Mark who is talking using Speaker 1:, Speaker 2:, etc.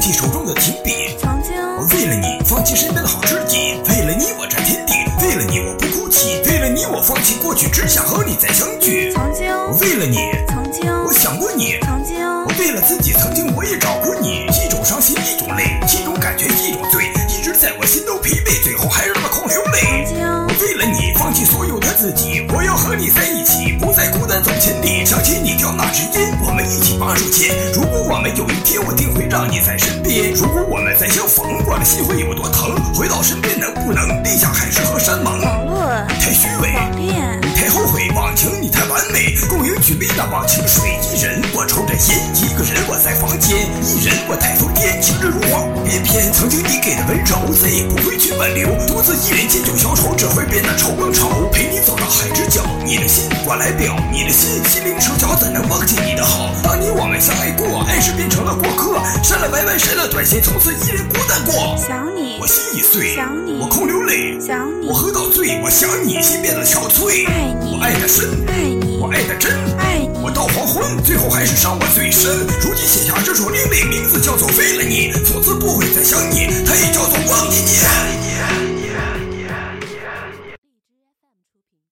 Speaker 1: 弃手中的提笔。
Speaker 2: 曾经，
Speaker 1: 为了你，放弃身边的好知己；为了你，我战天地；为了你，我不哭泣；为了你，我放弃过去，只想和你再相聚。
Speaker 2: 曾经，
Speaker 1: 为了你，
Speaker 2: 曾经，
Speaker 1: 我想过你；
Speaker 2: 曾经
Speaker 1: 我，为了自己，曾经我也找过你。一种伤心，一种泪，一种感觉，一种罪，一直在我心都疲惫，最后还让它空流泪
Speaker 2: 曾。经
Speaker 1: 我，为了你放弃所有的自己，我要和你在一起，不再孤单走千里。想起你跳那支烟，我们一起把手牵。如果我们有一天，我定会让你在身边。如果我们再相逢，我的心会有多疼？回到身边能不能立下海誓和山盟？
Speaker 2: 网络，
Speaker 1: 太虚伪，
Speaker 2: 网恋，
Speaker 1: 你太后悔，忘情你太完美。共饮举杯那忘情水，一人我抽着烟，一个人我在房间，一人我太疯癫，情致如花无边篇。曾经你给的温柔，再也不会去挽留。独自一人借酒消愁，只会变得愁更愁。陪你走到海之角，你的心我来表，你的心心灵手巧，怎能忘记你的好？当你我们相爱过，爱是变成了过客，删了 YY，删了短信，从此一人孤单过。
Speaker 2: 想你
Speaker 1: 我，心已碎，
Speaker 2: 想你
Speaker 1: 我空流泪。
Speaker 2: 想你
Speaker 1: 我，喝到醉，我想你，心变得憔悴。
Speaker 2: 爱你
Speaker 1: 我爱的深，
Speaker 2: 爱你
Speaker 1: 我，爱的真。
Speaker 2: 爱你，
Speaker 1: 我到黄昏，最后还是伤我最深。如今写下这首另类，名字叫做《为了你》，从此不会再想你，它也叫做忘记你。